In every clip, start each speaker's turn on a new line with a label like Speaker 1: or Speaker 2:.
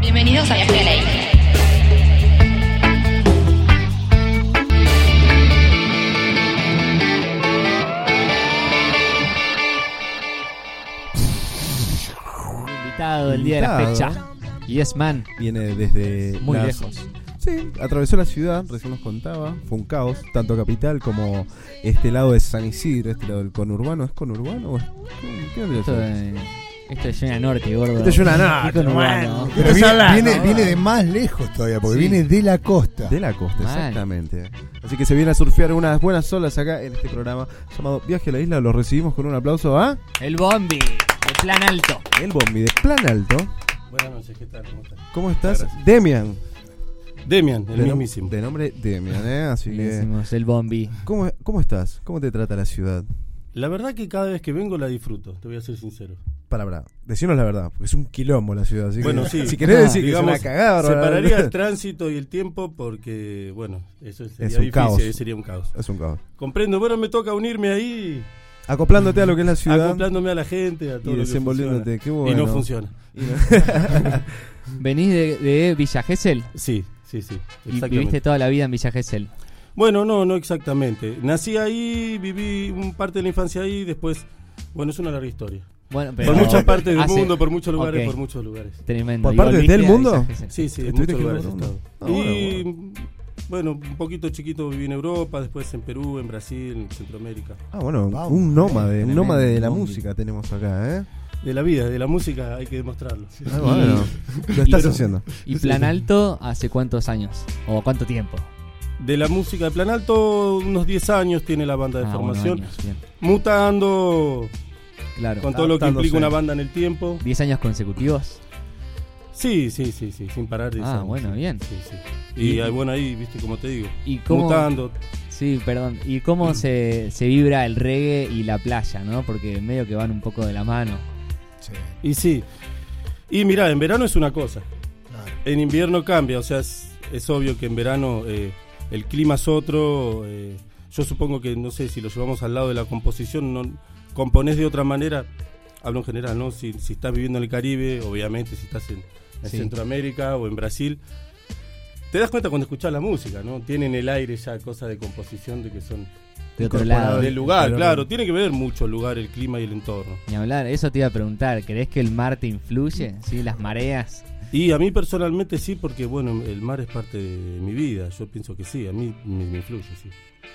Speaker 1: Bienvenidos a Viaje de Ley.
Speaker 2: Invitado del día de la
Speaker 3: Invitado.
Speaker 2: fecha. Yes, man.
Speaker 3: Viene desde.
Speaker 2: Muy
Speaker 3: las-
Speaker 2: lejos.
Speaker 3: Sí, atravesó la ciudad, recién nos contaba. Fue un caos, tanto capital como este lado de San Isidro, este lado del conurbano. ¿Es conurbano o es.? ¿Qué nombre
Speaker 2: Esto
Speaker 3: es?
Speaker 2: de, esto de Llena Norte, gordo.
Speaker 3: Esto es una nada,
Speaker 2: Qué conurbano.
Speaker 3: hermano.
Speaker 4: Pero viene, viene- viene de más lejos todavía, porque
Speaker 2: Sí.
Speaker 4: viene de la costa.
Speaker 3: De la costa,
Speaker 2: Mal.
Speaker 3: exactamente. Así que se viene a surfear unas buenas olas acá en este programa llamado Viaje a la Isla. Los recibimos con un aplauso a
Speaker 2: El Bombi, de plan alto.
Speaker 3: El Bombi de Plan Alto.
Speaker 5: Buenas noches, ¿qué tal? ¿Cómo estás?
Speaker 3: ¿Cómo estás? Demian.
Speaker 5: Demian, el
Speaker 3: De nom-
Speaker 5: mismísimo.
Speaker 3: De nombre Demian, ¿eh? Así
Speaker 2: Le
Speaker 3: que.
Speaker 2: decimos el Bombi.
Speaker 3: ¿cómo, ¿Cómo estás? ¿Cómo te trata la ciudad?
Speaker 5: La verdad que cada vez que vengo la disfruto, te voy a ser sincero.
Speaker 3: Para, para, decinos la verdad, porque es un quilombo la ciudad. Así
Speaker 5: Bueno,
Speaker 3: que,
Speaker 5: sí.
Speaker 3: Si querés Ah, decir
Speaker 5: Digamos,
Speaker 3: que es una cagada, bárbaro.
Speaker 5: separaría el tránsito y el tiempo porque, bueno, eso sería
Speaker 3: Es un
Speaker 5: difícil,
Speaker 3: caos.
Speaker 5: eh, sería un caos.
Speaker 3: Es un caos.
Speaker 5: Comprendo, bueno, me toca unirme ahí,
Speaker 3: Acoplándote a lo que es la ciudad
Speaker 5: acoplándome a la gente, a todo
Speaker 3: y
Speaker 5: lo que
Speaker 3: desenvolviéndote. Qué
Speaker 5: funciona.
Speaker 3: bueno.
Speaker 5: Y no funciona.
Speaker 2: Venís de, de Villa Gesell
Speaker 5: Sí, sí, sí.
Speaker 2: y
Speaker 5: Exactamente.
Speaker 2: viviste toda la vida en Villa Gesell.
Speaker 5: Bueno, no, no exactamente. Nací ahí, viví un parte de la infancia ahí, después, bueno, es una larga historia.
Speaker 2: Bueno, pero-
Speaker 5: Por muchas partes del
Speaker 2: hace-
Speaker 5: mundo, por muchos lugares,
Speaker 2: Ok.
Speaker 5: por muchos lugares.
Speaker 2: Tremendo.
Speaker 3: ¿Por
Speaker 2: Y
Speaker 3: parte
Speaker 2: volviste
Speaker 3: del
Speaker 2: a
Speaker 3: mundo?
Speaker 2: Villa Gesell.
Speaker 5: Sí, sí, en
Speaker 3: ¿Estuviste
Speaker 5: muchos lugares
Speaker 3: aquí en
Speaker 5: he
Speaker 3: Europa?
Speaker 5: estado.
Speaker 3: Ah,
Speaker 5: y bueno, un poquito chiquito viví en Europa, después en Perú, en Brasil, en Centroamérica.
Speaker 3: Ah, bueno,
Speaker 4: Vamos,
Speaker 3: un nómade, un
Speaker 2: tremendo,
Speaker 3: nómade de la
Speaker 2: bombi.
Speaker 3: música tenemos acá, ¿eh?
Speaker 5: De la vida, de la música, hay que demostrarlo.
Speaker 3: Ah, bueno, lo estás
Speaker 2: pero-
Speaker 3: haciendo.
Speaker 2: ¿Y Plan Alto hace cuántos años? ¿O cuánto tiempo?
Speaker 5: De la música de Plan Alto, unos 10 años tiene la banda de
Speaker 2: Ah,
Speaker 5: formación,
Speaker 2: unos años, bien.
Speaker 5: mutando
Speaker 2: Claro.
Speaker 5: con todo lo que
Speaker 3: Adaptándose.
Speaker 5: implica una banda en el tiempo.
Speaker 2: 10 años consecutivos.
Speaker 5: Sí, sí, sí, sí, sin parar. diez
Speaker 2: Ah,
Speaker 5: años,
Speaker 2: bueno,
Speaker 5: sí,
Speaker 2: bien.
Speaker 5: sí, sí. Y,
Speaker 2: Y-
Speaker 5: ah, bueno, ahí, viste, como te digo,
Speaker 2: ¿Y cómo,
Speaker 5: mutando.
Speaker 2: Sí, perdón. ¿Y cómo se, se vibra el reggae y la playa, no? Porque medio que van un poco de la mano.
Speaker 4: Sí,
Speaker 5: Y sí. Y mirá, en verano es una cosa,
Speaker 4: claro.
Speaker 5: En invierno cambia, o sea, es, es obvio que en verano eh, el clima es otro. eh, yo supongo que, no sé, si lo llevamos al lado de la composición, no, componés de otra manera. Hablo en general, ¿no? Si, si estás viviendo en el Caribe, obviamente, si estás en, en
Speaker 2: Sí.
Speaker 5: Centroamérica o en Brasil. Te das cuenta cuando escuchás la música, ¿no? Tienen el aire ya cosa de composición de que son
Speaker 2: De otro lado.
Speaker 5: del lugar,
Speaker 3: claro.
Speaker 5: claro. Tiene que ver mucho el lugar, el clima y el entorno.
Speaker 2: Ni hablar, eso te iba a preguntar. ¿Crees que el mar te influye? ¿Sí? Las mareas.
Speaker 5: Y a mí personalmente sí, porque bueno, el mar es parte de mi vida, yo pienso que sí, a mí me, me influye, sí.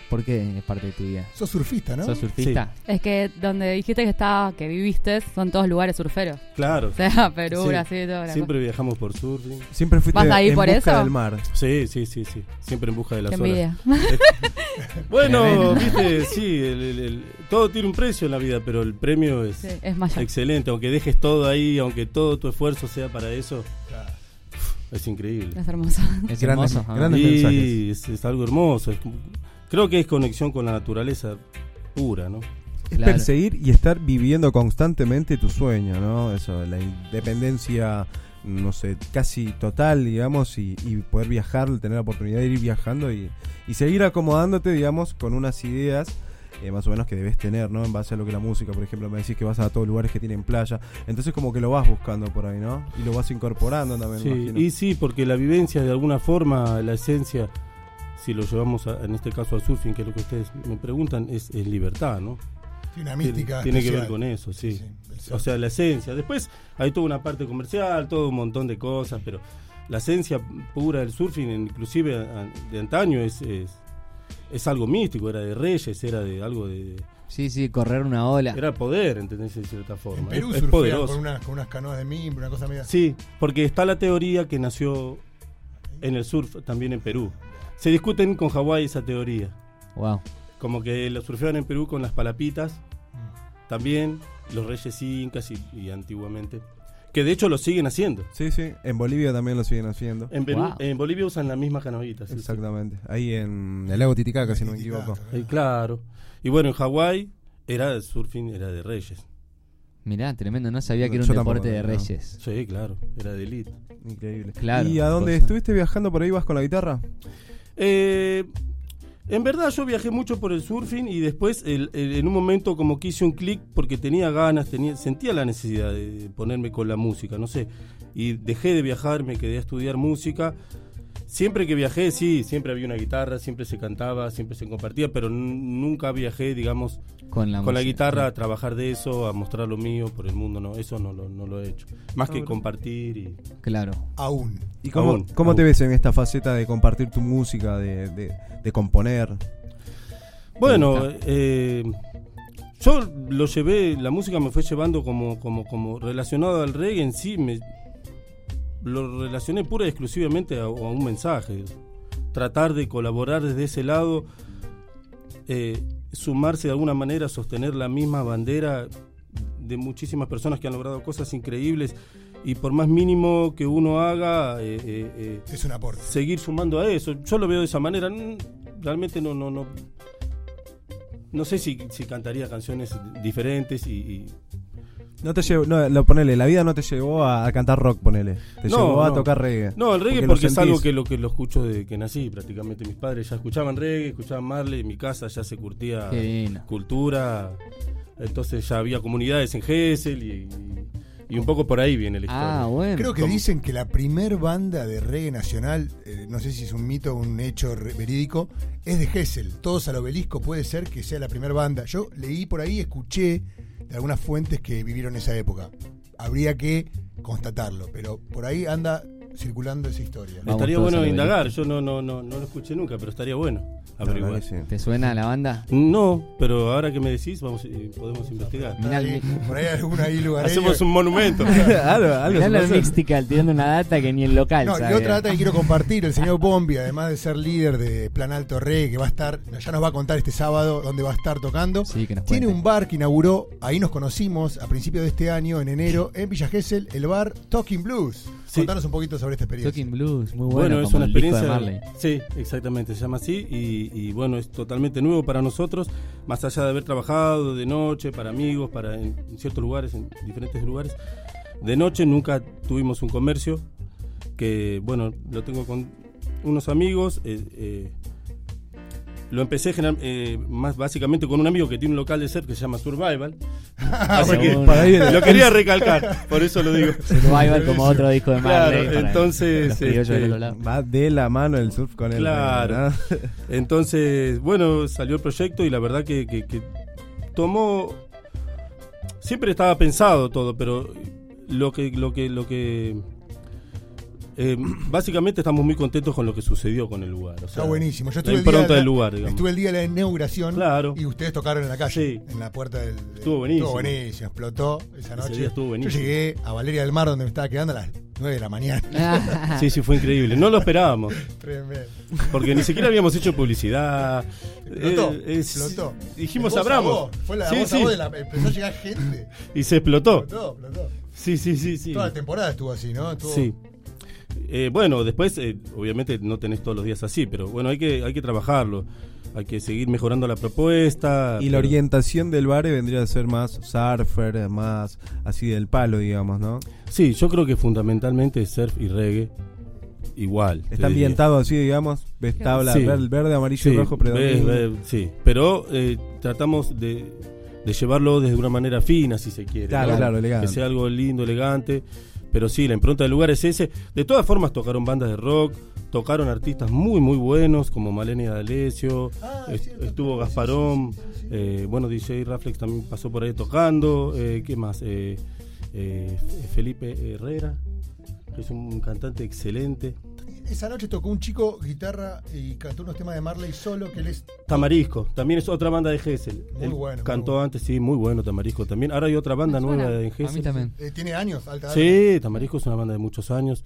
Speaker 2: ¿Por qué es parte de tu vida?
Speaker 4: Sos surfista, ¿no?
Speaker 2: ¿Sos surfista?
Speaker 6: Es que donde dijiste que estaba, que viviste, son todos lugares surferos.
Speaker 5: Claro,
Speaker 6: O sea, Perú,
Speaker 5: Sí.
Speaker 6: Brasil, todo. la
Speaker 5: siempre viajamos por surfing.
Speaker 3: Siempre fuiste
Speaker 6: ¿Vas ahí
Speaker 3: en
Speaker 6: por
Speaker 3: busca
Speaker 6: eso?
Speaker 3: del mar.
Speaker 5: Sí, sí, sí, sí, siempre en busca de
Speaker 6: cosa.
Speaker 5: las
Speaker 6: Qué
Speaker 5: olas.
Speaker 6: envidia.
Speaker 5: Bueno,
Speaker 2: Tremendo.
Speaker 5: viste, sí, el- el- el- todo tiene un precio en la vida, pero el premio es
Speaker 6: Sí, es mayor.
Speaker 5: excelente, aunque dejes todo ahí, aunque todo tu esfuerzo sea para eso, es increíble.
Speaker 6: Es hermoso.
Speaker 2: Es
Speaker 3: Grandes-
Speaker 2: hermoso. ¿ah?
Speaker 3: grandes-
Speaker 5: Y
Speaker 3: mensajes.
Speaker 5: es, es algo hermoso, es como- creo que es conexión con la naturaleza pura, ¿no?
Speaker 3: Es
Speaker 2: Ah, Claro.
Speaker 3: perseguir y estar viviendo constantemente tu sueño, ¿no? Eso, la independencia, no sé, casi total, digamos, y, y poder viajar, tener la oportunidad de ir viajando y, y seguir acomodándote, digamos, con unas ideas. eh, más o menos que debes tener, ¿no? En base a lo que la música, por ejemplo, me decís que vas a todos lugares que tienen playa. Entonces como que lo vas buscando por ahí, ¿no? Y lo vas incorporando también,
Speaker 5: Sí,
Speaker 3: me imagino.
Speaker 5: y sí, porque la vivencia de alguna forma, la esencia, si lo llevamos a- en este caso al surfing, que es lo que ustedes me preguntan, es, es libertad, ¿no?
Speaker 4: Tiene una
Speaker 5: Tiene-
Speaker 4: mística.
Speaker 5: Tiene que
Speaker 4: especial.
Speaker 5: ver con eso, sí.
Speaker 4: el surf.
Speaker 5: O sea, la esencia. Después hay toda una parte comercial, todo un montón de cosas, pero la esencia pura del surfing, inclusive a- a- de antaño, es, es, es algo místico, era de reyes, era de algo de...
Speaker 2: Sí, sí, correr una ola.
Speaker 5: Era poder, ¿entendés? De cierta
Speaker 4: en
Speaker 5: forma.
Speaker 4: Perú
Speaker 5: es, es
Speaker 4: surfean
Speaker 5: poderoso.
Speaker 4: Con, unas, con unas canoas de mimbre, una cosa media.
Speaker 5: Sí, porque está la teoría que nació en el surf también en Perú. Se discuten con Hawái esa teoría.
Speaker 2: Wow.
Speaker 5: Como que los surfeaban en Perú con las palapitas, también los reyes incas y, y antiguamente. Que de hecho lo siguen haciendo.
Speaker 3: sí, sí, en Bolivia también lo siguen haciendo.
Speaker 5: En, Perú-
Speaker 2: Wow.
Speaker 5: en Bolivia usan las mismas canoitas. sí, sí.
Speaker 3: Exactamente. Ahí en el lago Titicaca, si no me equivoco.
Speaker 5: Eh, claro. Y bueno, en Hawái era el surfing, era de reyes.
Speaker 2: Mirá, tremendo. No sabía que era un
Speaker 3: Yo tampoco,
Speaker 2: deporte de
Speaker 3: no.
Speaker 2: reyes.
Speaker 5: Sí, claro, era de elite.
Speaker 3: Increíble.
Speaker 2: Claro,
Speaker 3: ¿Y a dónde
Speaker 2: cosa.
Speaker 3: estuviste viajando por ahí vas con la guitarra?
Speaker 5: Eh, En verdad yo viajé mucho por el surfing y después el- el- en un momento como que hice un clic porque tenía ganas, tenía, sentía la necesidad de ponerme con la música, no sé. Y dejé de viajar, me quedé a estudiar música. Siempre que viajé, sí, siempre había una guitarra, siempre se cantaba, siempre se compartía, pero n- nunca viajé, digamos,
Speaker 2: Con la,
Speaker 5: con la
Speaker 2: música.
Speaker 5: guitarra a trabajar de eso, a mostrar lo mío por el mundo, no, eso no lo, no lo he hecho. Más que compartir y...
Speaker 2: Claro.
Speaker 4: Aún.
Speaker 3: ¿Y cómo,
Speaker 5: Aún,
Speaker 3: cómo te
Speaker 5: aún.
Speaker 3: ves en esta faceta de compartir tu música, de, de- de componer?
Speaker 5: Bueno,
Speaker 2: gusta?
Speaker 5: eh, yo lo llevé, la música me fue llevando como, como, como relacionado al reggae en sí, me, lo relacioné pura y exclusivamente a, a un mensaje. Tratar de colaborar desde ese lado, eh, sumarse de alguna manera, sostener la misma bandera de muchísimas personas que han logrado cosas increíbles y por más mínimo que uno haga, eh, eh, eh,
Speaker 4: Es un aporte.
Speaker 5: seguir sumando a eso. Yo lo veo de esa manera. N- Realmente no, no, no. No sé si, si cantaría canciones diferentes y. y-
Speaker 3: No te llevo, no, lo, ponele, la vida no te llevó a, a cantar rock, ponele. Te
Speaker 5: No,
Speaker 3: llevó a
Speaker 5: no.
Speaker 3: tocar reggae.
Speaker 5: No, el
Speaker 3: Porque
Speaker 5: reggae porque,
Speaker 3: lo
Speaker 5: es
Speaker 3: sentís.
Speaker 5: algo que lo que lo escucho desde que nací, prácticamente mis padres ya escuchaban reggae, escuchaban Marley, en mi casa ya se curtía
Speaker 2: Qué lindo.
Speaker 5: cultura, entonces ya había comunidades en Gesell y, y un poco por ahí viene la historia.
Speaker 2: Ah, bueno.
Speaker 4: Creo que dicen que la primer banda de reggae nacional, eh, no sé si es un mito o un hecho re- verídico, es de Hessel. Todos al obelisco puede ser que sea la primera banda. Yo leí por ahí, escuché de algunas fuentes que vivieron esa época. Habría que constatarlo, pero por ahí anda circulando esa historia.
Speaker 2: Vamos
Speaker 5: estaría
Speaker 2: todos
Speaker 5: bueno
Speaker 2: al
Speaker 5: indagar, yo no, no, no, no lo escuché nunca, pero estaría bueno
Speaker 3: La verdad que
Speaker 5: averiguar.
Speaker 3: sí.
Speaker 2: ¿Te suena la banda?
Speaker 5: No, pero ahora que me decís, vamos, eh, podemos investigar.
Speaker 2: Mirá el
Speaker 4: Ahí-
Speaker 2: mi-
Speaker 4: por ahí alguna ahí lugareño.
Speaker 5: Hacemos un monumento.
Speaker 3: algo, algo
Speaker 2: Mirá
Speaker 3: se
Speaker 2: los
Speaker 3: pasa.
Speaker 2: Mixtical tirando una data que ni el local
Speaker 4: No, y
Speaker 2: sabe.
Speaker 4: otra data que quiero compartir, el señor Bombi, además de ser líder de Plan Alto Reggae, que va a estar, ya nos va a contar este sábado dónde va a estar tocando.
Speaker 2: Sí, que nos cuente.
Speaker 4: Tiene un bar que inauguró, ahí nos conocimos a principios de este año, en enero, en Villa Gesell, el bar Talking Blues.
Speaker 5: Sí.
Speaker 4: Contanos un poquito sobre esta experiencia.
Speaker 2: Talking Blues, muy bueno.
Speaker 5: Bueno, es
Speaker 2: como
Speaker 5: una
Speaker 2: el disco
Speaker 5: experiencia.
Speaker 2: de Marley.
Speaker 5: sí, exactamente, se llama así. Y, y bueno, es totalmente nuevo para nosotros, más allá de haber trabajado de noche, para amigos, para en, en ciertos lugares, en diferentes lugares. De noche nunca tuvimos un comercio, que bueno, lo tengo con unos amigos. eh, eh, lo empecé general- eh, más básicamente con un amigo que tiene un local de surf que se llama Survival. Así que
Speaker 2: bueno.
Speaker 3: Para ir-
Speaker 5: Ah, lo quería recalcar, por eso lo digo.
Speaker 2: Survival como otro disco de
Speaker 5: Claro,
Speaker 2: Marley. para
Speaker 5: entonces,
Speaker 2: los criollos del
Speaker 5: este,
Speaker 2: otro lado.
Speaker 3: Va de la mano el surf con el
Speaker 5: Claro.
Speaker 3: reggae, ¿no?
Speaker 5: Entonces, bueno, salió el proyecto y la verdad que, que- que tomó. Siempre estaba pensado todo, pero lo que, lo que, lo que. eh, básicamente estamos muy contentos con lo que sucedió con el lugar. o
Speaker 4: Está
Speaker 5: sea,
Speaker 4: buenísimo. Yo
Speaker 5: La
Speaker 4: estuve el, día
Speaker 5: impronta
Speaker 4: de la,
Speaker 5: del lugar, digamos.
Speaker 4: estuve el día de la inauguración
Speaker 5: Claro.
Speaker 4: y ustedes tocaron en la calle,
Speaker 5: Sí.
Speaker 4: en la puerta del... del-
Speaker 5: Estuvo buenísimo.
Speaker 4: Estuvo buenísimo, explotó esa noche.
Speaker 5: día estuvo buenísimo.
Speaker 4: Yo llegué a Valeria del Mar, donde me estaba quedando a las 9 de la mañana.
Speaker 2: Ah,
Speaker 5: Sí, sí, fue increíble. No lo esperábamos,
Speaker 4: Tremendo.
Speaker 5: porque ni siquiera habíamos hecho publicidad.
Speaker 4: Explotó,
Speaker 5: Eh, es-
Speaker 4: explotó.
Speaker 5: Dijimos,
Speaker 4: De voz a
Speaker 5: abramos.
Speaker 4: voz, Fue la
Speaker 5: Sí,
Speaker 4: voz a
Speaker 5: sí,
Speaker 4: voz de la... Empezó a llegar gente.
Speaker 5: Y se explotó.
Speaker 4: Explotó, explotó.
Speaker 5: Sí, sí, sí. sí.
Speaker 4: Toda la temporada estuvo así, ¿no? Estuvo-
Speaker 5: Sí. Eh, bueno, después, eh, obviamente, no tenés todos los días así, pero bueno, hay que, hay que trabajarlo. Hay que seguir mejorando la propuesta.
Speaker 3: Y la
Speaker 5: pero-
Speaker 3: orientación del bar vendría a ser más surfer, más así del palo, digamos, ¿no?
Speaker 5: Sí, yo creo que fundamentalmente surf y reggae igual. te
Speaker 3: Está
Speaker 5: diría.
Speaker 3: ambientado así, digamos, ves tabla
Speaker 5: Sí.
Speaker 3: ver- verde, amarillo y
Speaker 5: Sí,
Speaker 3: rojo
Speaker 5: ves,
Speaker 3: predominante.
Speaker 5: ves, sí, pero eh, tratamos de, de llevarlo desde una manera fina, si se quiere.
Speaker 3: Claro, claro, elegante.
Speaker 5: Que sea algo lindo, elegante. Pero sí, la impronta del lugar es ese. De todas formas, tocaron bandas de rock, tocaron artistas muy, muy buenos, como Malenia D'Alessio,
Speaker 4: Ah,
Speaker 5: est-
Speaker 4: es cierto.
Speaker 5: estuvo Gasparón, eh, bueno, DJ Raflex también pasó por ahí tocando. eh, ¿Qué más? Eh, eh, Felipe Herrera, que es un cantante excelente.
Speaker 4: Esa noche tocó un chico guitarra y cantó unos temas de Marley solo que él es.
Speaker 5: Tamarisco, también es otra banda de Gessel.
Speaker 4: Muy
Speaker 5: Él
Speaker 4: bueno, muy
Speaker 5: Cantó
Speaker 4: bueno.
Speaker 5: antes, sí, muy bueno Tamarisco también. Ahora hay otra banda
Speaker 6: Me
Speaker 5: nueva
Speaker 6: suena.
Speaker 5: de Gessel.
Speaker 2: A mí también.
Speaker 4: eh, tiene años, alta. edad.
Speaker 5: Sí, Tamarisco es una banda de muchos años.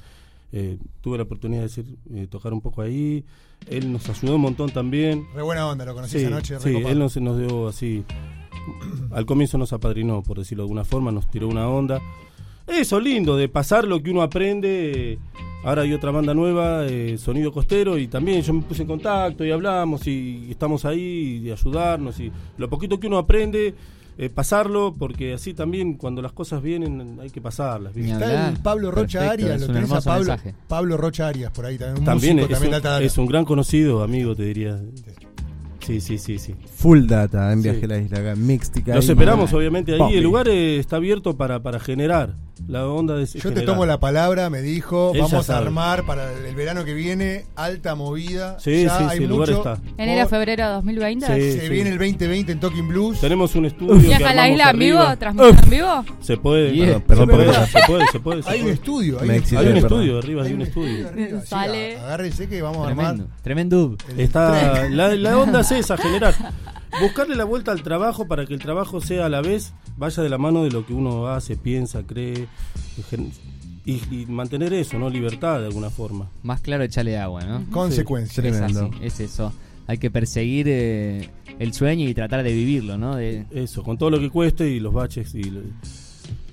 Speaker 5: Eh, tuve la oportunidad de decir, eh, tocar un poco ahí. Él nos ayudó un montón también.
Speaker 4: Re buena onda, lo conocí
Speaker 5: Sí,
Speaker 4: esa noche.
Speaker 5: sí,
Speaker 4: recopado.
Speaker 5: él nos, nos dio así. Al comienzo nos apadrinó, por decirlo de alguna forma, nos tiró una onda. Eso, lindo, de pasar lo que uno aprende. Ahora hay otra banda nueva, eh, Sonido Costero, y también yo me puse en contacto y hablamos y estamos ahí de ayudarnos. Y lo poquito que uno aprende, eh, pasarlo, porque así también cuando las cosas vienen hay que pasarlas. ¿viste?
Speaker 2: Ni
Speaker 4: Está
Speaker 2: hablar.
Speaker 4: el Pablo Rocha
Speaker 2: Perfecto,
Speaker 4: Arias,
Speaker 2: es
Speaker 4: lo
Speaker 2: un
Speaker 4: tenés a
Speaker 2: hermoso
Speaker 4: Pablo,
Speaker 2: mensaje.
Speaker 4: Pablo Rocha Arias por ahí también. Un
Speaker 5: También,
Speaker 4: músico
Speaker 5: es,
Speaker 4: también de
Speaker 5: un,
Speaker 4: alta edad.
Speaker 5: es un gran conocido, amigo, te diría. Sí, sí, sí, sí.
Speaker 3: Full data en
Speaker 5: Sí.
Speaker 3: Viaje a la Isla, acá en Mística.
Speaker 5: Los
Speaker 3: ahí.
Speaker 5: esperamos, obviamente, ahí.
Speaker 3: Pompi.
Speaker 5: El lugar eh, está abierto para, para generar la onda de
Speaker 4: Yo te
Speaker 5: generar.
Speaker 4: tomo la palabra, me dijo,
Speaker 5: Ella
Speaker 4: vamos a
Speaker 5: sabe.
Speaker 4: armar para el verano que viene, alta movida.
Speaker 5: Sí,
Speaker 4: ya
Speaker 5: sí,
Speaker 4: hay
Speaker 5: sí, el lugar
Speaker 4: mucho.
Speaker 5: está.
Speaker 6: Enero,
Speaker 4: Por-
Speaker 6: febrero 2020.
Speaker 5: Sí.
Speaker 4: Se viene el 2020 en Talking Blues.
Speaker 5: Tenemos un estudio. que
Speaker 6: ¿Viaja a la
Speaker 5: armamos
Speaker 6: isla en vivo?
Speaker 5: arriba.
Speaker 6: ¿Transmisión en vivo?
Speaker 5: Se puede.
Speaker 2: Yeah.
Speaker 5: se
Speaker 3: Perdón,
Speaker 5: puede,
Speaker 4: perdón.
Speaker 5: Se puede, se puede. se
Speaker 4: Hay un
Speaker 5: puede.
Speaker 4: estudio, hay
Speaker 3: Me
Speaker 4: un
Speaker 3: existe,
Speaker 5: Hay un
Speaker 3: perdón.
Speaker 4: estudio.
Speaker 5: estudio arriba, hay un estudio.
Speaker 4: arriba. Sí,
Speaker 6: Sale.
Speaker 4: agárrense que vamos a armar.
Speaker 2: Tremendo. Tremendo.
Speaker 4: el
Speaker 5: Está,
Speaker 4: tren.
Speaker 5: la, la onda es esa, generar. Buscarle la vuelta al trabajo para que el trabajo sea a la vez, vaya de la mano de lo que uno hace, piensa, cree. gen- Y, y mantener eso, ¿no? Libertad de alguna forma.
Speaker 2: Más claro, echale agua, ¿no?
Speaker 4: Consecuencia.
Speaker 3: Sí.
Speaker 2: Es así,
Speaker 3: Tremendo.
Speaker 2: es eso. Hay que perseguir eh, el sueño y tratar de vivirlo, ¿no? De-
Speaker 5: Eso, con todo lo que cueste y los baches y... lo-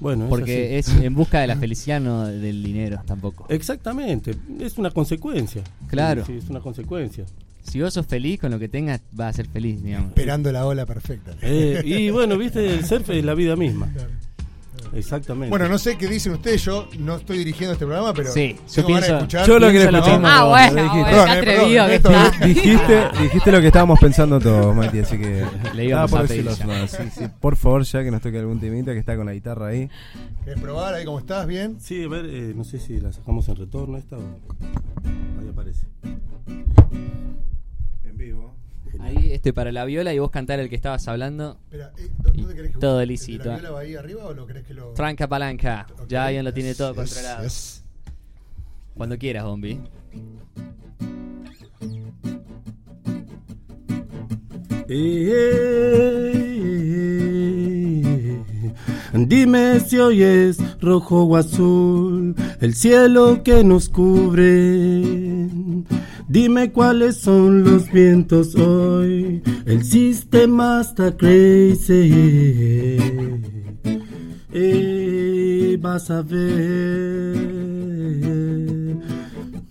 Speaker 5: Bueno, es así. Eh.
Speaker 2: porque es en busca de la felicidad, no del dinero tampoco.
Speaker 5: Exactamente, es una consecuencia.
Speaker 2: Claro.
Speaker 5: Sí, sí, es una consecuencia.
Speaker 2: Si vos sos feliz con lo que tengas, vas a ser feliz, digamos.
Speaker 4: Esperando la ola perfecta.
Speaker 5: Eh, y bueno, viste, el surf es la vida misma. Exactamente.
Speaker 4: Bueno, no sé qué dicen ustedes, yo no estoy dirigiendo este programa, pero
Speaker 2: Sí, yo
Speaker 4: tengo ganas de
Speaker 2: pienso-
Speaker 4: escuchar.
Speaker 3: Yo lo quiero
Speaker 2: Pienso lo
Speaker 3: escuchar.
Speaker 2: mismo.
Speaker 6: Ah,
Speaker 3: Perdón,
Speaker 6: bueno,
Speaker 3: lo dije.
Speaker 6: bueno, qué
Speaker 4: Perdón, eh,
Speaker 6: atrevido que
Speaker 4: perdón,
Speaker 6: está.
Speaker 3: Dijiste, dijiste lo que estábamos pensando todos, Mati, así que.
Speaker 2: Le íbamos
Speaker 3: por
Speaker 2: a pedir
Speaker 3: decirlo,
Speaker 2: ya.
Speaker 3: no, sí, sí. Por favor, ya que nos toque algún timita que está con la guitarra ahí.
Speaker 4: ¿Querés probar ahí cómo estás? ¿Bien?
Speaker 5: Sí, a ver, eh, no sé si la sacamos en retorno esta o... Ahí aparece.
Speaker 3: En vivo.
Speaker 2: Ahí este para la viola y vos cantar el que estabas hablando.
Speaker 4: Espera, eh, ¿dó- ¿dónde querés que
Speaker 2: Todo
Speaker 4: ¿El de
Speaker 2: lícito,
Speaker 4: ¿La
Speaker 2: eh.
Speaker 4: viola va ahí arriba o lo querés que lo.?
Speaker 2: Tranca palanca.
Speaker 4: Ok.
Speaker 2: Ya Ian lo tiene todo
Speaker 4: Yes,
Speaker 2: controlado.
Speaker 4: yes.
Speaker 2: Cuando quieras, Bombi.
Speaker 5: Eh, Dime si hoy es rojo o azul el cielo que nos cubre. Dime cuáles son los vientos hoy. El sistema está crazy. Eh, vas a ver.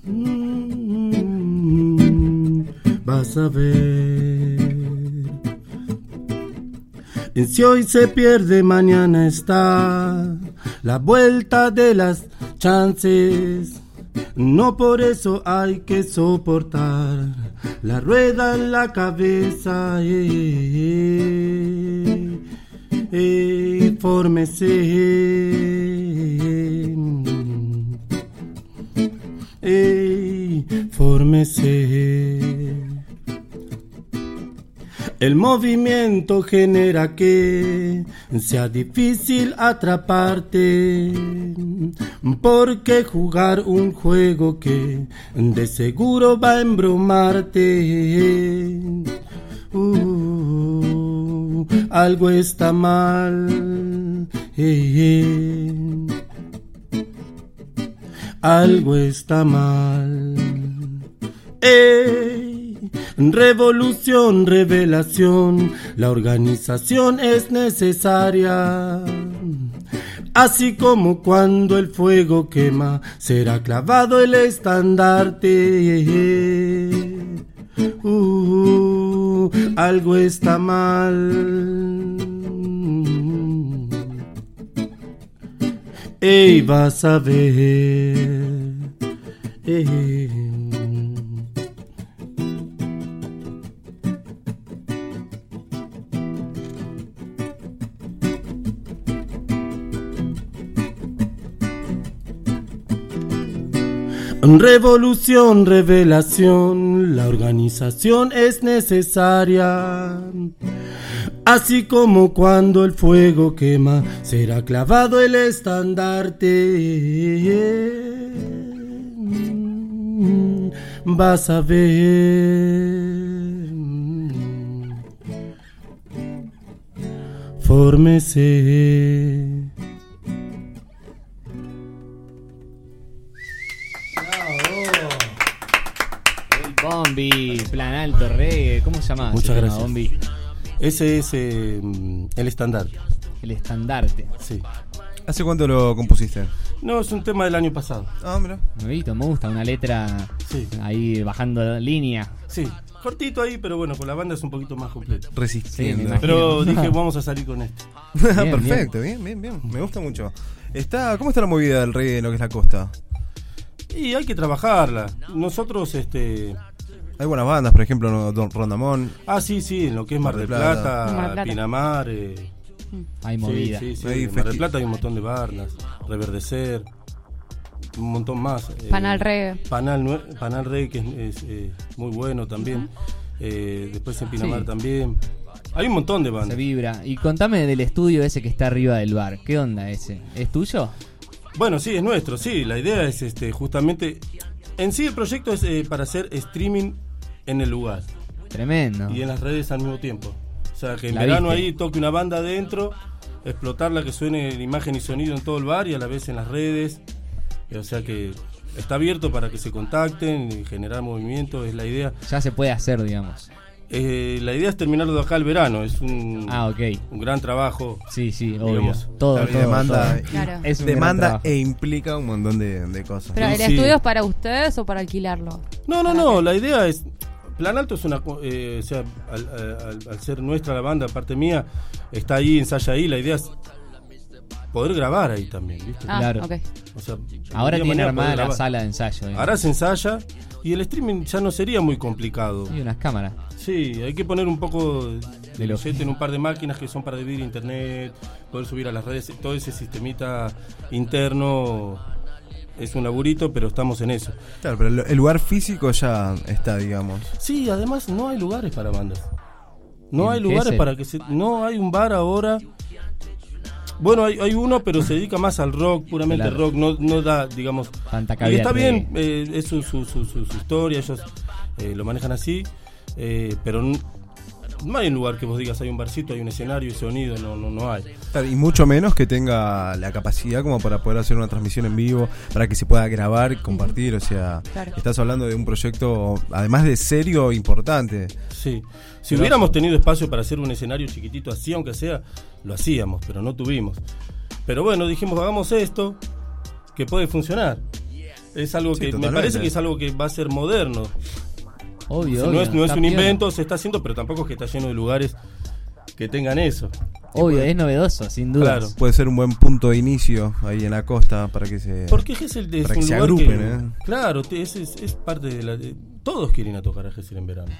Speaker 5: Mm, vas a ver. Y Si hoy se pierde, mañana está la vuelta de las chances. No por eso hay que soportar la rueda en la cabeza. Eh, eh, eh, fórmese. Eh, fórmese. El movimiento genera que sea difícil atraparte, porque jugar un juego que de seguro va a embromarte. Uh, algo está mal. eh, eh. Algo está mal. ¡Ey! Revolución, revelación, la organización es necesaria. Así como cuando el fuego quema, será clavado el estandarte. Uh, algo está mal. Ey, vas a ver. Eh. Revolución, revelación, la organización es necesaria. Así como cuando el fuego quema, será clavado el estandarte. Vas a ver. Fórmese.
Speaker 2: El Bombi, plan alto, reggae. ¿Cómo se llama?
Speaker 5: Muchas
Speaker 2: ese tema,
Speaker 5: gracias.
Speaker 2: Bombi.
Speaker 5: Ese es eh, mm, el estandarte.
Speaker 2: El estandarte.
Speaker 5: Sí.
Speaker 3: ¿Hace cuánto lo compusiste?
Speaker 5: No, es un tema del año pasado.
Speaker 3: Ah, mira.
Speaker 2: Nuevito, me gusta. Una letra
Speaker 5: Sí.
Speaker 2: ahí bajando línea.
Speaker 5: Sí. Cortito ahí, pero bueno, con la banda es un poquito más completo.
Speaker 2: Sí, me
Speaker 3: Resistiendo.
Speaker 2: imagino.
Speaker 5: Pero dije, vamos a salir con esto.
Speaker 2: Bien, bien.
Speaker 3: Perfecto, bien, bien, bien. Me gusta mucho. Está, ¿Cómo está la movida del reggae en lo que es la costa?
Speaker 5: Y hay que trabajarla. Nosotros, este.
Speaker 3: Hay buenas bandas, por ejemplo, ¿no? Don Rondamón.
Speaker 5: Ah, sí, sí, en lo que es Mar del Plata,
Speaker 6: Mar del Plata.
Speaker 5: Pinamar. eh,
Speaker 2: Hay
Speaker 5: sí,
Speaker 2: movida.
Speaker 5: sí, sí,
Speaker 3: Hay
Speaker 5: en Mar del
Speaker 3: festi-
Speaker 5: Plata hay un montón de bardas, Reverdecer, un montón más. eh,
Speaker 6: Panal Reggae.
Speaker 5: Panal, nue- Panal Rey, que es, es, eh, muy bueno también. Eh, después en Pinamar
Speaker 2: Sí.
Speaker 5: también. Hay un montón de
Speaker 2: Se
Speaker 5: bandas.
Speaker 2: vibra. Y contame del estudio ese que está arriba del bar. ¿Qué onda ese? ¿Es tuyo?
Speaker 5: Bueno, sí, es nuestro, sí. La idea es este justamente... En sí el proyecto es eh, para hacer streaming en el lugar
Speaker 2: Tremendo.
Speaker 5: y en las redes al mismo tiempo. O sea, que en
Speaker 2: La
Speaker 5: verano
Speaker 2: viste.
Speaker 5: ahí toque una banda adentro, explotarla que suene en imagen y sonido en todo el bar y a la vez en las redes. Eh, O sea que está abierto para que se contacten y generar movimiento, es la idea.
Speaker 2: Ya se puede hacer, digamos.
Speaker 5: Eh, la idea es terminarlo de acá al verano, es un,
Speaker 2: Ah, ok.
Speaker 5: un gran trabajo.
Speaker 2: Sí, sí, obvio.
Speaker 5: Digamos,
Speaker 2: todo,
Speaker 3: Claro, y
Speaker 2: todo,
Speaker 3: demanda
Speaker 5: eh.
Speaker 2: todo.
Speaker 6: Claro.
Speaker 2: Es un gran
Speaker 3: demanda
Speaker 2: trabajo.
Speaker 3: e implica un montón de, de cosas.
Speaker 6: ¿Pero
Speaker 5: Sí,
Speaker 6: el
Speaker 5: sí.
Speaker 6: estudio es para ustedes o para alquilarlo?
Speaker 5: No, no, no, la idea es... Plan Alto es una... co- eh, o sea, al, al- al ser nuestra la banda, parte mía, está ahí, ensaya ahí, la idea es poder grabar ahí también, ¿viste?
Speaker 6: Ah,
Speaker 2: Claro.
Speaker 6: ok.
Speaker 5: O sea,
Speaker 2: Ahora
Speaker 5: de alguna
Speaker 2: tiene
Speaker 5: manera
Speaker 2: armada
Speaker 5: poder
Speaker 2: la
Speaker 5: grabar.
Speaker 2: sala de ensayo. eh. digamos.
Speaker 5: Ahora se ensaya y el streaming ya no sería muy complicado.
Speaker 2: Y unas cámaras.
Speaker 5: Sí, hay que poner un poco de
Speaker 2: lo-
Speaker 5: billete en un par de máquinas que son para dividir internet, poder subir a las redes, todo ese sistemita interno es un laburito, pero estamos en eso.
Speaker 3: Claro, pero el- el lugar físico ya está, digamos.
Speaker 5: Sí, además no hay lugares para bandas. No
Speaker 2: ¿En
Speaker 5: hay
Speaker 2: qué
Speaker 5: lugares
Speaker 2: se-
Speaker 5: para que se... No hay un bar ahora. Bueno, hay, hay uno, pero se dedica más al rock, puramente
Speaker 2: Claro.
Speaker 5: rock. No, no da, digamos...
Speaker 2: Pantacabia
Speaker 5: Y está bien,
Speaker 2: reggae.
Speaker 5: eh, es su, su- su- su- su historia, ellos eh, lo manejan así, eh, pero n- no hay un lugar que vos digas, hay un barcito, hay un escenario y sonido, no, no, no hay.
Speaker 3: Claro, y mucho menos que tenga la capacidad como para poder hacer una transmisión en vivo, para que se pueda grabar y compartir. O sea,
Speaker 6: Claro.
Speaker 3: estás hablando de un proyecto, además de serio, importante.
Speaker 5: Sí. Si hubiéramos tenido espacio para hacer un escenario chiquitito así, aunque sea, lo hacíamos, pero no tuvimos. Pero bueno, dijimos, hagamos esto, que puede funcionar. Es algo
Speaker 3: Sí,
Speaker 5: que me
Speaker 3: totalmente.
Speaker 5: parece que es algo que va a ser moderno. O
Speaker 2: Obvio,
Speaker 5: sea, no
Speaker 2: obvio,
Speaker 5: es, no es
Speaker 2: está
Speaker 5: un
Speaker 2: piola.
Speaker 5: invento, se está haciendo, pero tampoco es que está lleno de lugares que tengan eso.
Speaker 2: Obvio, es novedoso, sin duda.
Speaker 5: Claro.
Speaker 3: Puede ser un buen punto de inicio ahí en la costa para que se.
Speaker 5: Porque Gessel es
Speaker 3: Eh, Para
Speaker 5: un
Speaker 3: que se
Speaker 5: lugar
Speaker 3: agrupen, ¿eh?
Speaker 5: que, Claro, te- es, es- es parte de la... de- todos quieren ir a tocar a Gessel en verano.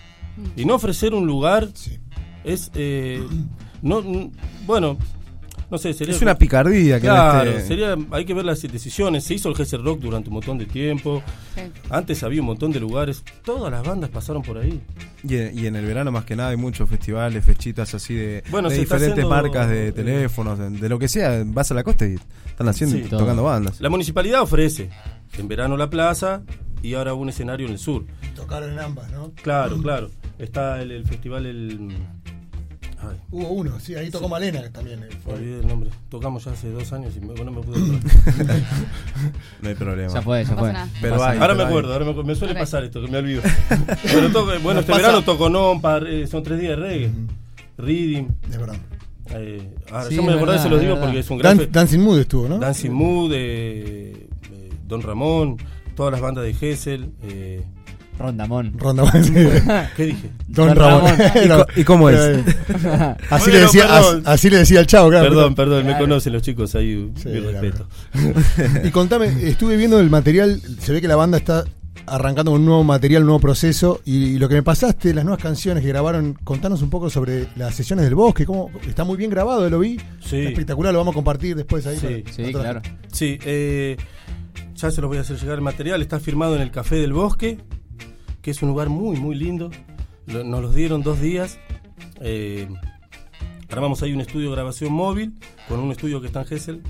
Speaker 5: Y no ofrecer un lugar
Speaker 4: Sí.
Speaker 5: es... eh, no, n- bueno, no sé, sería...
Speaker 3: Es una picardía que este no
Speaker 5: Claro,
Speaker 3: esté-
Speaker 5: sería, hay que ver las decisiones. Se hizo el Gessel Rock durante un montón de tiempo.
Speaker 6: Sí.
Speaker 5: Antes había un montón de lugares. Todas las bandas pasaron por ahí.
Speaker 3: Y, en, y en el verano, más que nada, hay muchos festivales, fechitas así de,
Speaker 5: Bueno,
Speaker 3: de
Speaker 5: se está
Speaker 3: diferentes
Speaker 5: haciendo-
Speaker 3: marcas de teléfonos, de, de lo que sea. Vas a la costa y están haciendo
Speaker 5: Sí.
Speaker 3: tocando bandas.
Speaker 5: La municipalidad ofrece en verano la plaza y ahora un escenario en el sur.
Speaker 4: Tocaron en ambas, ¿no?
Speaker 3: Ah.
Speaker 5: Claro, claro. Está el, el festival, el... mm, ay,
Speaker 4: Hubo uno, sí, ahí tocó Malena también. eh,
Speaker 5: Me
Speaker 4: fue.
Speaker 5: olvidé el nombre. Tocamos ya hace dos años y me- no me pude acordar.
Speaker 3: No hay problema.
Speaker 2: Ya fue, ya
Speaker 6: No
Speaker 2: fue.
Speaker 6: pasa nada.
Speaker 3: Pero
Speaker 2: Pasa
Speaker 3: hay,
Speaker 2: nada.
Speaker 5: ahora me
Speaker 3: pero hay.
Speaker 5: acuerdo, ahora me, acu- me suele
Speaker 6: Ok.
Speaker 5: pasar esto, que me olvido. Pero toco- bueno, este verano tocó Nompar, eh, son tres días de reggae. Reading.
Speaker 4: Es verdad.
Speaker 5: eh, ahora
Speaker 2: Sí,
Speaker 5: yo me
Speaker 2: es
Speaker 5: acordé,
Speaker 2: verdad,
Speaker 5: se los
Speaker 2: es
Speaker 5: digo
Speaker 2: verdad.
Speaker 5: porque es un gran.
Speaker 4: Dan-
Speaker 5: fe-
Speaker 4: Dancing Mood estuvo, ¿no?
Speaker 5: Dancing Mood, eh, eh, Don Ramón, todas las bandas de Gessel. eh,
Speaker 2: Rondamón.
Speaker 4: Ronda más.
Speaker 5: ¿Qué dije?
Speaker 4: Don
Speaker 2: Don
Speaker 4: Ramón.
Speaker 2: Ramón.
Speaker 3: ¿Y co- ¿Y cómo es?
Speaker 4: Eh, Así, le
Speaker 5: Bueno,
Speaker 4: decía,
Speaker 5: perdón.
Speaker 4: as- así le decía al chavo, claro.
Speaker 5: Perdón, perdón, me conocen los chicos ahí,
Speaker 4: Sí,
Speaker 5: mi respeto.
Speaker 4: Y contame, estuve viendo el material, se ve que la banda está arrancando un nuevo material, un nuevo proceso, y, lo que me pasaste, las nuevas canciones que grabaron, contanos un poco sobre las sesiones del bosque, cómo está muy bien grabado, lo vi,
Speaker 5: Sí.
Speaker 4: está espectacular, lo vamos a compartir después ahí.
Speaker 5: Sí,
Speaker 4: para-
Speaker 2: Sí,
Speaker 4: para toda la
Speaker 2: claro.
Speaker 4: gente.
Speaker 5: Sí, eh, ya se los voy a hacer llegar el material. Está firmado en el Café del Bosque, que es un lugar muy, muy lindo. Lo- nos los dieron dos días. Eh, armamos ahí un estudio de grabación móvil con un estudio que está en Gessel.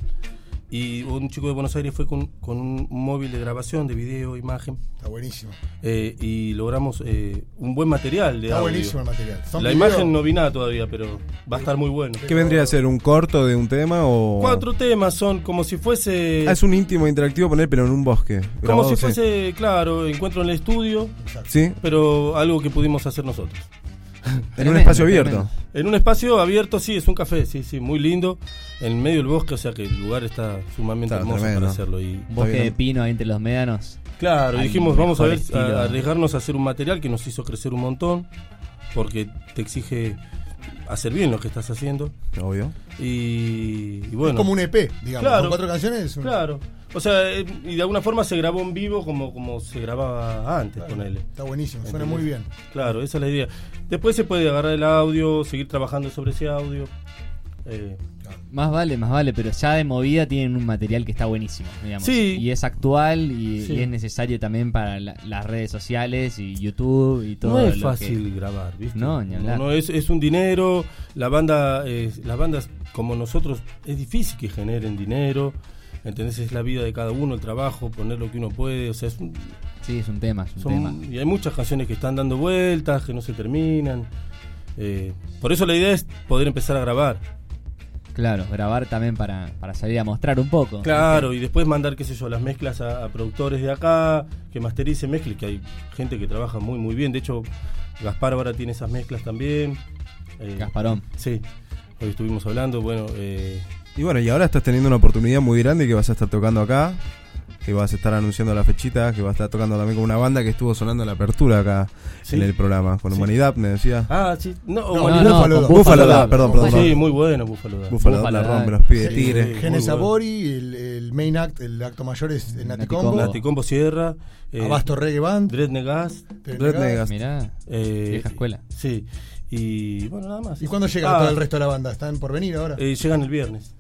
Speaker 5: Y un chico de Buenos Aires fue con, con un móvil de grabación, de video, imagen.
Speaker 4: Está buenísimo.
Speaker 5: eh, y logramos eh, un buen material de
Speaker 4: Está
Speaker 5: audio.
Speaker 4: buenísimo el material. Son
Speaker 5: La
Speaker 4: videos-
Speaker 5: imagen no vi nada todavía, pero va a estar muy bueno.
Speaker 3: ¿Qué vendría a ser? ¿Un corto de un tema o.?
Speaker 5: Cuatro temas son como si fuese...
Speaker 3: Ah, es un íntimo interactivo poner, pero en un bosque.
Speaker 5: Como
Speaker 3: Grabado,
Speaker 5: si
Speaker 3: sí.
Speaker 5: fuese, claro, encuentro en el estudio,
Speaker 3: Sí,
Speaker 5: pero algo que pudimos hacer nosotros.
Speaker 3: en un
Speaker 2: Tremendo,
Speaker 3: espacio abierto.
Speaker 2: tremendo.
Speaker 5: En un espacio abierto, sí, es un café, sí, sí, muy lindo, en medio del bosque, o sea que el lugar está sumamente
Speaker 3: Está
Speaker 5: hermoso
Speaker 3: tremendo.
Speaker 5: para hacerlo. Y
Speaker 2: Un bosque
Speaker 3: Está
Speaker 2: de
Speaker 3: bien.
Speaker 2: pino ahí entre los médanos.
Speaker 5: claro,
Speaker 2: Al
Speaker 5: dijimos, vamos a,
Speaker 2: mejor
Speaker 5: ver,
Speaker 2: estilo.
Speaker 5: a arriesgarnos a hacer un material que nos hizo crecer un montón, porque te exige hacer bien lo que estás haciendo.
Speaker 3: Obvio.
Speaker 5: Y, y
Speaker 4: Es
Speaker 5: bueno,
Speaker 4: como un EP, digamos,
Speaker 5: Claro.
Speaker 4: con cuatro canciones. es un-
Speaker 5: claro, O sea, eh, y de alguna forma se grabó en vivo como, como se grababa antes,
Speaker 4: Claro.
Speaker 5: ponele.
Speaker 4: Está buenísimo, suena
Speaker 5: ¿Entendés?
Speaker 4: muy bien.
Speaker 5: Claro, esa es la idea. Después se puede agarrar el audio, seguir trabajando sobre ese audio. Eh,
Speaker 2: Más vale, más vale, pero ya de movida tienen un material que está buenísimo, digamos.
Speaker 5: Sí.
Speaker 2: Y es actual y,
Speaker 5: Sí.
Speaker 2: y es necesario también para la- las redes sociales y YouTube y todo.
Speaker 5: no es
Speaker 2: lo que-
Speaker 5: fácil grabar, ¿viste?
Speaker 2: No, ni hablar.
Speaker 5: No, no, es, es un dinero, la banda, eh, las bandas como nosotros, es difícil que generen dinero, ¿entendés? Es la vida de cada uno, el trabajo, poner lo que uno puede, o sea, es un-
Speaker 2: Sí, es un tema, es un
Speaker 5: son-
Speaker 2: tema.
Speaker 5: y hay muchas canciones que están dando vueltas, que no se terminan. eh, por eso la idea es poder empezar a grabar.
Speaker 2: Claro, grabar también para, para salir a mostrar un poco.
Speaker 5: Claro, y después mandar, qué sé yo, las mezclas a, a productores de acá, que masterice mezclas, que hay gente que trabaja muy, muy bien. De hecho, Gaspar ahora tiene esas mezclas también. Eh,
Speaker 2: Gasparón.
Speaker 5: Sí, hoy estuvimos hablando, bueno, eh,
Speaker 3: Y bueno, y ahora estás teniendo una oportunidad muy grande que vas a estar tocando acá, que vas a estar anunciando la fechita, que vas a estar tocando también con una banda que estuvo sonando en la apertura acá
Speaker 5: Sí.
Speaker 3: en el programa, con
Speaker 5: Sí.
Speaker 3: Humanidad, me decía.
Speaker 5: Ah, sí, no,
Speaker 4: No,
Speaker 5: bueno,
Speaker 4: no, Búfalo
Speaker 2: con
Speaker 4: Dub.
Speaker 3: Búfalo
Speaker 2: Dub.
Speaker 3: Dub, perdón, perdón.
Speaker 5: sí, muy bueno, Búfalo. Dub.
Speaker 3: Búfalo,
Speaker 2: Búfalo,
Speaker 3: la
Speaker 2: ah.
Speaker 3: rompe, los pibes,
Speaker 4: Sí,
Speaker 3: tigre.
Speaker 5: Muy
Speaker 4: Gene
Speaker 5: bueno.
Speaker 4: Sabori, el, el main act, el acto mayor es el Naticombo.
Speaker 2: Naticombo.
Speaker 5: Laticombo Sierra, eh,
Speaker 4: Abasto Reggae Band.
Speaker 5: Dread Negas,
Speaker 3: Dread Negas.
Speaker 2: Mirá,
Speaker 5: eh,
Speaker 2: vieja escuela.
Speaker 5: Sí, y bueno, nada más.
Speaker 4: ¿Y cuándo llega
Speaker 5: Ah,
Speaker 4: todo el resto de la banda? ¿Están por venir ahora?
Speaker 5: eh, llegan el viernes.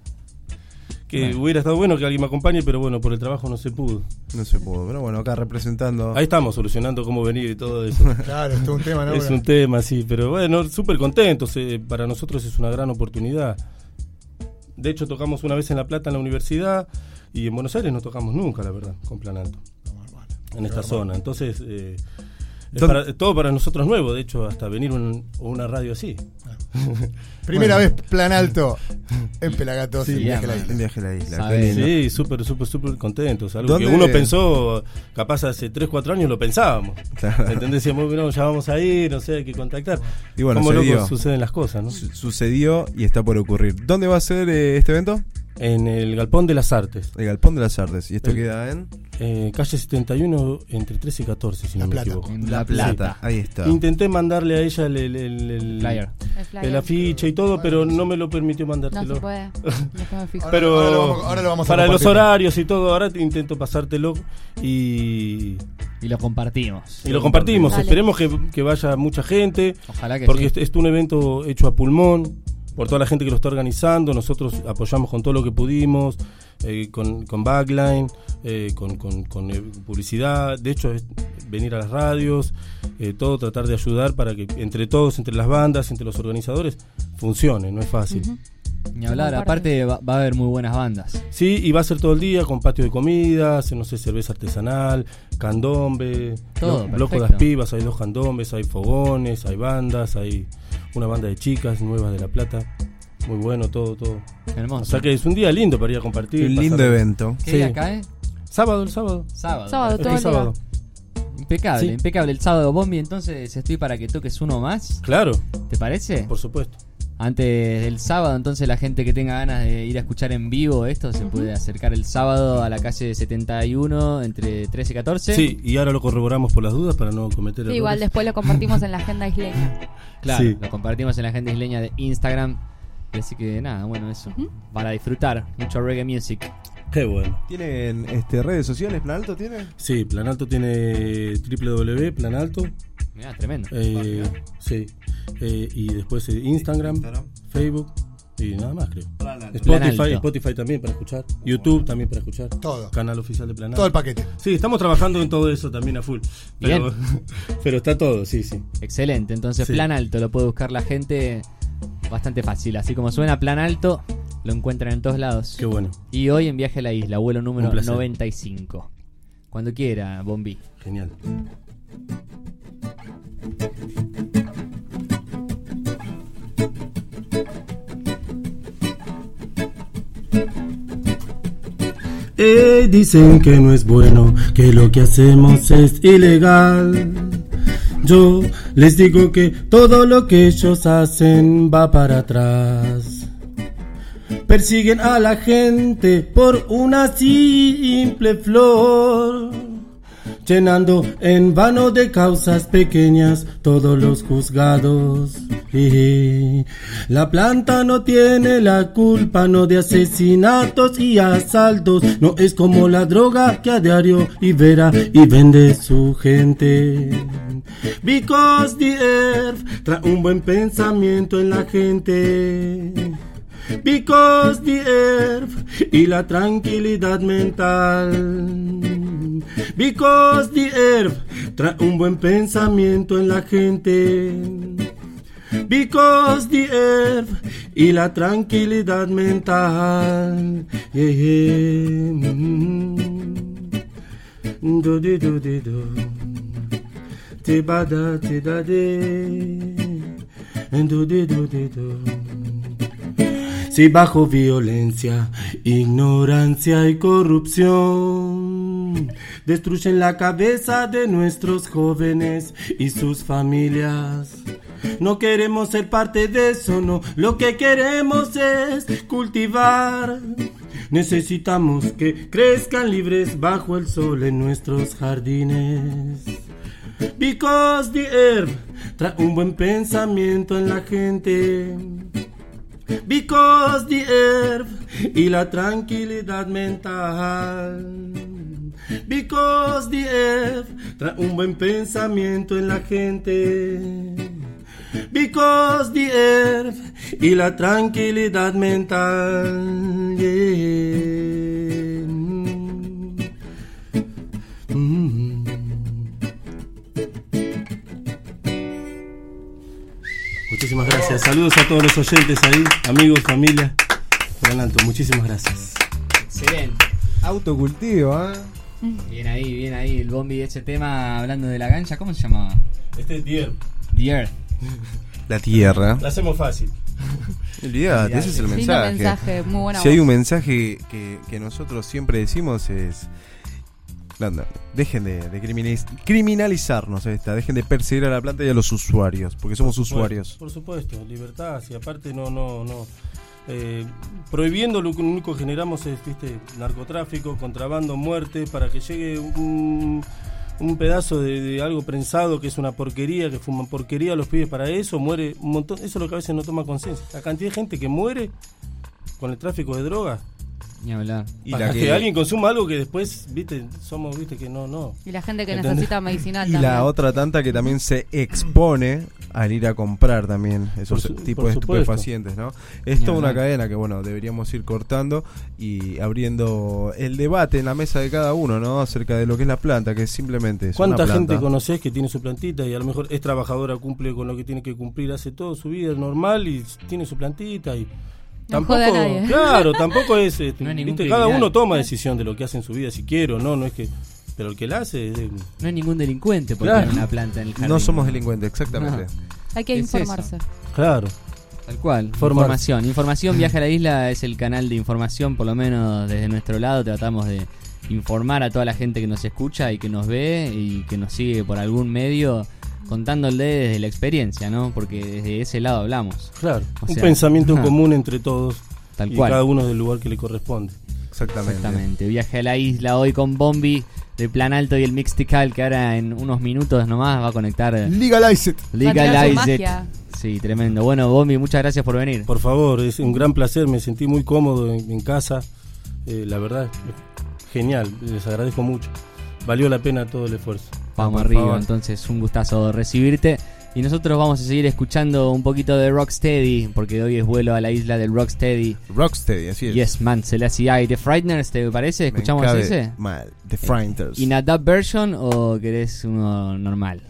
Speaker 5: Que
Speaker 2: Bueno.
Speaker 5: hubiera estado bueno que alguien me acompañe, pero bueno, por el trabajo no se pudo.
Speaker 3: No se pudo, pero bueno, acá representando.
Speaker 5: Ahí estamos solucionando cómo venir y todo eso.
Speaker 4: Claro, esto es un tema, ¿no?
Speaker 5: es un tema, sí, pero bueno, súper contentos. eh, para nosotros es una gran oportunidad. De hecho, tocamos una vez en La Plata en la universidad y en Buenos Aires no tocamos nunca, la verdad, con Plan Alto, en esta zona. Entonces, eh, es
Speaker 3: Don-
Speaker 5: para- todo para nosotros nuevo, de hecho, hasta venir un- a una radio así.
Speaker 4: Primera vez plan alto en Pelagatos.
Speaker 2: Sí,
Speaker 4: en Viaje a la
Speaker 2: ama.
Speaker 4: Isla.
Speaker 3: En viaje a la isla.
Speaker 2: Sabés.
Speaker 3: qué lindo.
Speaker 5: Sí, súper, súper, súper contentos. Algo
Speaker 3: ¿Dónde-
Speaker 5: que uno pensó, capaz hace 3, 4 años lo pensábamos.
Speaker 3: Claro.
Speaker 5: ¿Entendés? Decíamos, bueno, ya vamos a ir, no sé, hay que contactar.
Speaker 3: Y bueno,
Speaker 5: Cómo
Speaker 3: se
Speaker 5: loco
Speaker 3: dio.
Speaker 5: suceden las cosas, ¿no?
Speaker 3: Su- Sucedió y está por ocurrir. ¿Dónde va a ser eh, este evento?
Speaker 5: En el Galpón de las Artes.
Speaker 3: El Galpón de las Artes. ¿Y esto
Speaker 5: El-
Speaker 3: queda en?
Speaker 5: Eh, calle 71 entre 13 y 14, si
Speaker 4: La
Speaker 5: no me
Speaker 4: Plata.
Speaker 5: equivoco.
Speaker 2: En La Plata.
Speaker 3: Ahí está.
Speaker 5: Intenté mandarle a ella el, el, el- el-
Speaker 2: Flyer.
Speaker 6: El flyer.
Speaker 5: el afiche y todo, pero no me lo permitió
Speaker 6: No
Speaker 5: mandártelo.
Speaker 6: se puede. Después me fijo.
Speaker 4: Ahora-
Speaker 5: Pero
Speaker 4: ahora lo vamos- ahora lo vamos a
Speaker 5: para los
Speaker 4: compartir.
Speaker 5: horarios y todo, ahora te intento pasártelo y,
Speaker 2: Y lo compartimos.
Speaker 5: y lo compartimos.
Speaker 6: Dale.
Speaker 5: Esperemos que, que vaya mucha gente,
Speaker 2: Ojalá que
Speaker 5: porque
Speaker 2: sí.
Speaker 5: es, es un evento hecho a pulmón, por toda la gente que lo está organizando. Nosotros apoyamos con todo lo que pudimos, eh, con, con backline, eh, con, con- con, eh, publicidad. De hecho, es venir a las radios, eh, todo, tratar de ayudar para que entre todos, entre las bandas, entre los organizadores, funcione. No es fácil.
Speaker 6: Ujú.
Speaker 2: Ni hablar,
Speaker 6: Comparte.
Speaker 2: aparte va, va a haber muy buenas bandas.
Speaker 5: Sí, y va a ser todo el día con patio de comidas, no sé, cerveza artesanal, candombe,
Speaker 2: Todo,
Speaker 5: blo- bloco de las
Speaker 2: perfecto.
Speaker 5: pibas, hay dos candombes, hay fogones, hay bandas, hay una banda de chicas nuevas de La Plata. Muy bueno, todo, todo. O
Speaker 2: Hermoso.
Speaker 5: sea que es un día lindo para ir a compartir.
Speaker 3: Un lindo
Speaker 5: pasar-
Speaker 3: evento.
Speaker 2: ¿Qué
Speaker 5: sí.
Speaker 2: día cae?
Speaker 5: Sábado, el sábado.
Speaker 2: Sábado.
Speaker 6: Sábado,
Speaker 5: Este
Speaker 6: todo el día.
Speaker 5: sábado.
Speaker 2: Impecable,
Speaker 5: Sí.
Speaker 2: impecable. El sábado, Bombi, entonces estoy para que toques uno más.
Speaker 5: Claro,
Speaker 2: ¿Te parece?
Speaker 5: por supuesto.
Speaker 2: Antes del sábado, entonces la gente que tenga ganas de ir a escuchar en vivo esto se puede acercar el sábado a la calle 71 entre 13 y 14.
Speaker 5: Sí, y ahora lo corroboramos por las dudas para no cometer
Speaker 6: Sí,
Speaker 5: errores.
Speaker 6: igual después lo compartimos en la agenda isleña.
Speaker 2: Claro,
Speaker 5: Sí.
Speaker 2: lo compartimos en la gente isleña de Instagram. Y Así que nada, bueno, eso. Para disfrutar, mucho reggae music.
Speaker 5: Qué bueno.
Speaker 3: ¿Tienen este, redes sociales? ¿Plan Alto tiene?
Speaker 5: Sí, Planalto tiene www, Planalto.
Speaker 2: Mirá, tremendo.
Speaker 5: Eh, sí. Eh, y después eh, Instagram,
Speaker 3: Instagram.
Speaker 5: Facebook y nada más, creo.
Speaker 2: Plan
Speaker 5: Spotify,
Speaker 2: Alto.
Speaker 5: Spotify también para escuchar. YouTube también para escuchar.
Speaker 4: Todo.
Speaker 5: Canal oficial de Planalto.
Speaker 4: Todo el paquete.
Speaker 5: Sí, estamos trabajando en todo eso también a full. Pero, pero está todo, sí, sí.
Speaker 2: Excelente, entonces
Speaker 5: Sí.
Speaker 2: Plan Alto lo puede buscar la gente bastante fácil. Así como suena Plan Alto, lo encuentran en todos lados.
Speaker 5: Qué bueno.
Speaker 2: Y hoy en Viaje a la Isla, vuelo número
Speaker 5: Un placer.
Speaker 2: 95. Cuando quiera, Bombi.
Speaker 5: Genial. Eh, dicen que no es bueno, que lo que hacemos es ilegal. Yo les digo que todo lo que ellos hacen va para atrás. Persiguen a la gente por una simple flor. llenando en vano de causas pequeñas todos los juzgados. Ijiji. La planta no tiene la culpa, no de asesinatos y asaltos, no es como la droga que a diario libera y vende su gente. Because the earth trae un buen pensamiento en la gente. Because the earth y la tranquilidad mental. Because the earth trae un buen pensamiento en la gente. Because the earth y la tranquilidad mental. Yeah, yeah. Mm. Do, di, do, di, do. Ti, ba, da, ti, da, di. Do, di, do, di, do. Si bajo violencia, ignorancia y corrupción destruyen la cabeza de nuestros jóvenes y sus familias. No queremos ser parte de eso, no. Lo que queremos es cultivar. Necesitamos que crezcan libres bajo el sol en nuestros jardines. Because the earth trae un buen pensamiento en la gente. Because the earth y la tranquilidad mental. Because the earth trae un buen pensamiento en la gente. Because the earth y la tranquilidad mental. Yeah. Mm. Mm. Muchísimas gracias. Saludos a todos los oyentes ahí, amigos, familia. Gran Alto, muchísimas gracias.
Speaker 2: Excelente.
Speaker 3: Autocultivo, ¿ah?
Speaker 2: Bien ahí, bien ahí. El bombi de ese tema hablando de la gancha, ¿cómo se llamaba?
Speaker 5: Este es Dier.
Speaker 2: The Earth.
Speaker 3: La tierra.
Speaker 5: La hacemos fácil.
Speaker 3: Olvídate, ese es el
Speaker 6: Lindo
Speaker 3: mensaje.
Speaker 6: mensaje, muy buena
Speaker 3: Si hay
Speaker 6: voz.
Speaker 3: un mensaje que, que nosotros siempre decimos es. Landa, dejen de, de criminaliz- criminalizarnos ahí está, dejen de perseguir a la planta y a los usuarios, porque somos usuarios.
Speaker 5: Por supuesto, libertad. Si aparte no, no, no. eh, prohibiendo lo que único que generamos es ¿viste? narcotráfico, contrabando, muerte, para que llegue un, un pedazo de, de algo prensado que es una porquería, que fuman porquería los pibes para eso, muere un montón. Eso es lo que a veces no toma conciencia. La cantidad de gente que muere con el tráfico de drogas.
Speaker 2: Ni hablar.
Speaker 3: Y
Speaker 5: para
Speaker 3: la
Speaker 5: que,
Speaker 3: que-
Speaker 5: alguien consuma algo que después, viste, somos, viste, que no, no.
Speaker 6: Y la gente que
Speaker 5: ¿Entendés?
Speaker 6: necesita
Speaker 2: Ah,
Speaker 6: medicinal
Speaker 3: y
Speaker 6: también.
Speaker 3: la otra tanta que también se expone al ir a comprar también esos
Speaker 5: Por su-
Speaker 3: tipos
Speaker 5: por
Speaker 3: de
Speaker 5: supuesto.
Speaker 3: estupefacientes, ¿no? Es toda una
Speaker 2: Ajá.
Speaker 3: cadena que, bueno, deberíamos ir cortando y abriendo el debate en la mesa de cada uno, ¿no? Acerca de lo que es la planta, que es simplemente es
Speaker 5: ¿Cuánta
Speaker 3: una planta.
Speaker 5: gente conoces que tiene su plantita y a lo mejor es trabajadora, cumple con lo que tiene que cumplir, hace todo su vida normal y tiene su plantita y
Speaker 6: jode a nadie.
Speaker 5: claro, tampoco es, este,
Speaker 2: No hay ningún
Speaker 5: viste, cada
Speaker 2: criminal.
Speaker 5: uno toma decisión de lo que hace en su vida si quiere o no, no es que, pero el que la hace es, de-
Speaker 2: No hay ningún delincuente por
Speaker 5: Claro.
Speaker 2: tener una planta en el jardín. Ah,
Speaker 3: No somos delincuentes, exactamente.
Speaker 6: Hay que
Speaker 2: es
Speaker 6: informarse.
Speaker 5: claro,
Speaker 2: Tal cual.
Speaker 5: Formar.
Speaker 2: Información. Información Viaja a la Isla es el canal de información, por lo menos desde nuestro lado. Tratamos de informar a toda la gente que nos escucha y que nos ve y que nos sigue por algún medio, contándole desde la experiencia, ¿no? Porque desde ese lado hablamos.
Speaker 5: claro,
Speaker 2: O
Speaker 5: un
Speaker 2: sea,
Speaker 5: pensamiento en
Speaker 2: ajá.
Speaker 5: común entre todos
Speaker 2: Tal
Speaker 5: y
Speaker 2: cual.
Speaker 5: cada uno del lugar que le corresponde.
Speaker 3: Exactamente.
Speaker 2: Exactamente. Viaje a la Isla hoy con Bombi de Plan Alto y el Mixtical, que ahora en unos minutos nomás va a conectar eh,
Speaker 4: Legalize it.
Speaker 6: Va a tirar su
Speaker 2: Legalize It.
Speaker 6: magia.
Speaker 2: Sí, tremendo. Bueno, Bombi, muchas gracias por venir.
Speaker 5: Por favor, es un gran placer, me sentí muy cómodo en, en casa, eh, la verdad, genial, les agradezco mucho, valió la pena todo el esfuerzo.
Speaker 2: Vamos
Speaker 3: Por
Speaker 2: arriba,
Speaker 3: favor.
Speaker 2: entonces un gustazo recibirte. Y nosotros vamos a seguir escuchando un poquito de Rocksteady, porque hoy es vuelo a la isla del Rocksteady.
Speaker 3: Rocksteady, así es.
Speaker 2: Yes, man, se las y The Frighteners, ¿te parece?
Speaker 3: Me
Speaker 2: ¿Escuchamos
Speaker 3: cabe
Speaker 2: ese? Eh,
Speaker 3: Mal. The Frinters.
Speaker 2: ¿In a dub version o querés uno normal?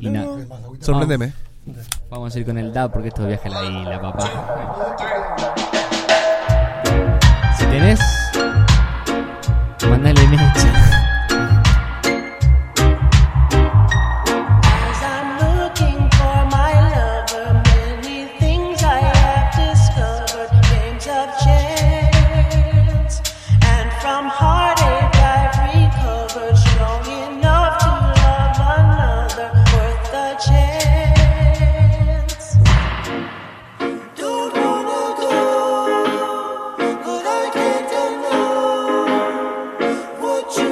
Speaker 2: Y na-
Speaker 3: Sorpréndeme.
Speaker 2: Vamos a ir con el dub porque esto viaja a la isla, papá. Si tenés, mandale mecha.
Speaker 1: As I'm looking for my lover, many things I have discovered, games of chance, and from heartache I've recovered, strong enough to love another, worth the chance. Don't wanna go, but I can't unknow what you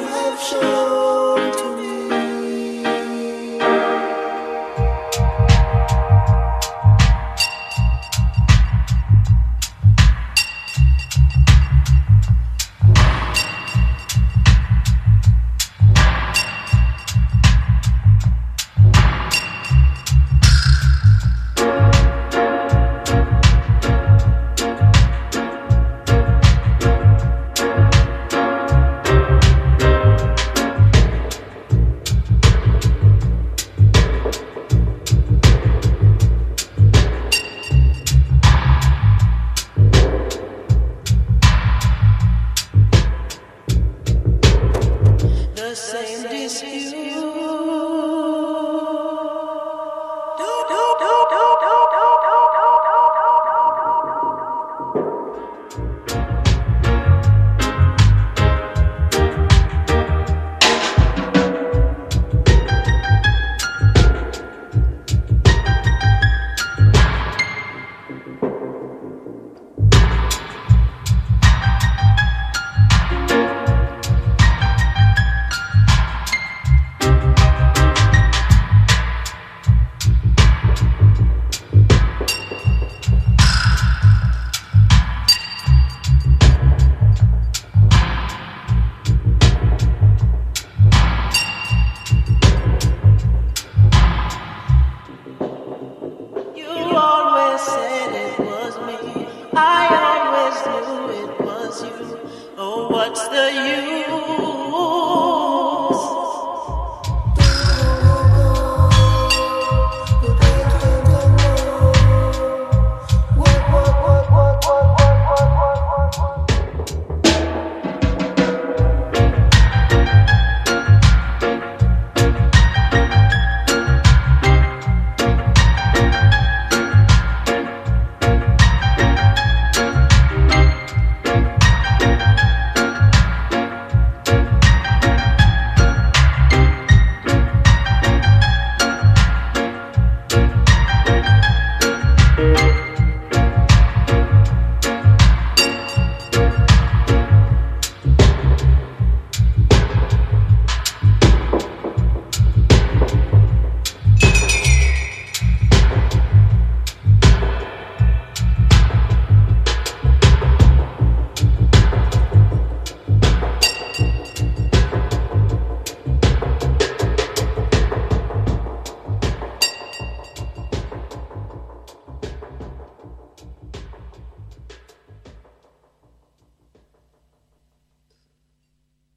Speaker 1: Oh, you.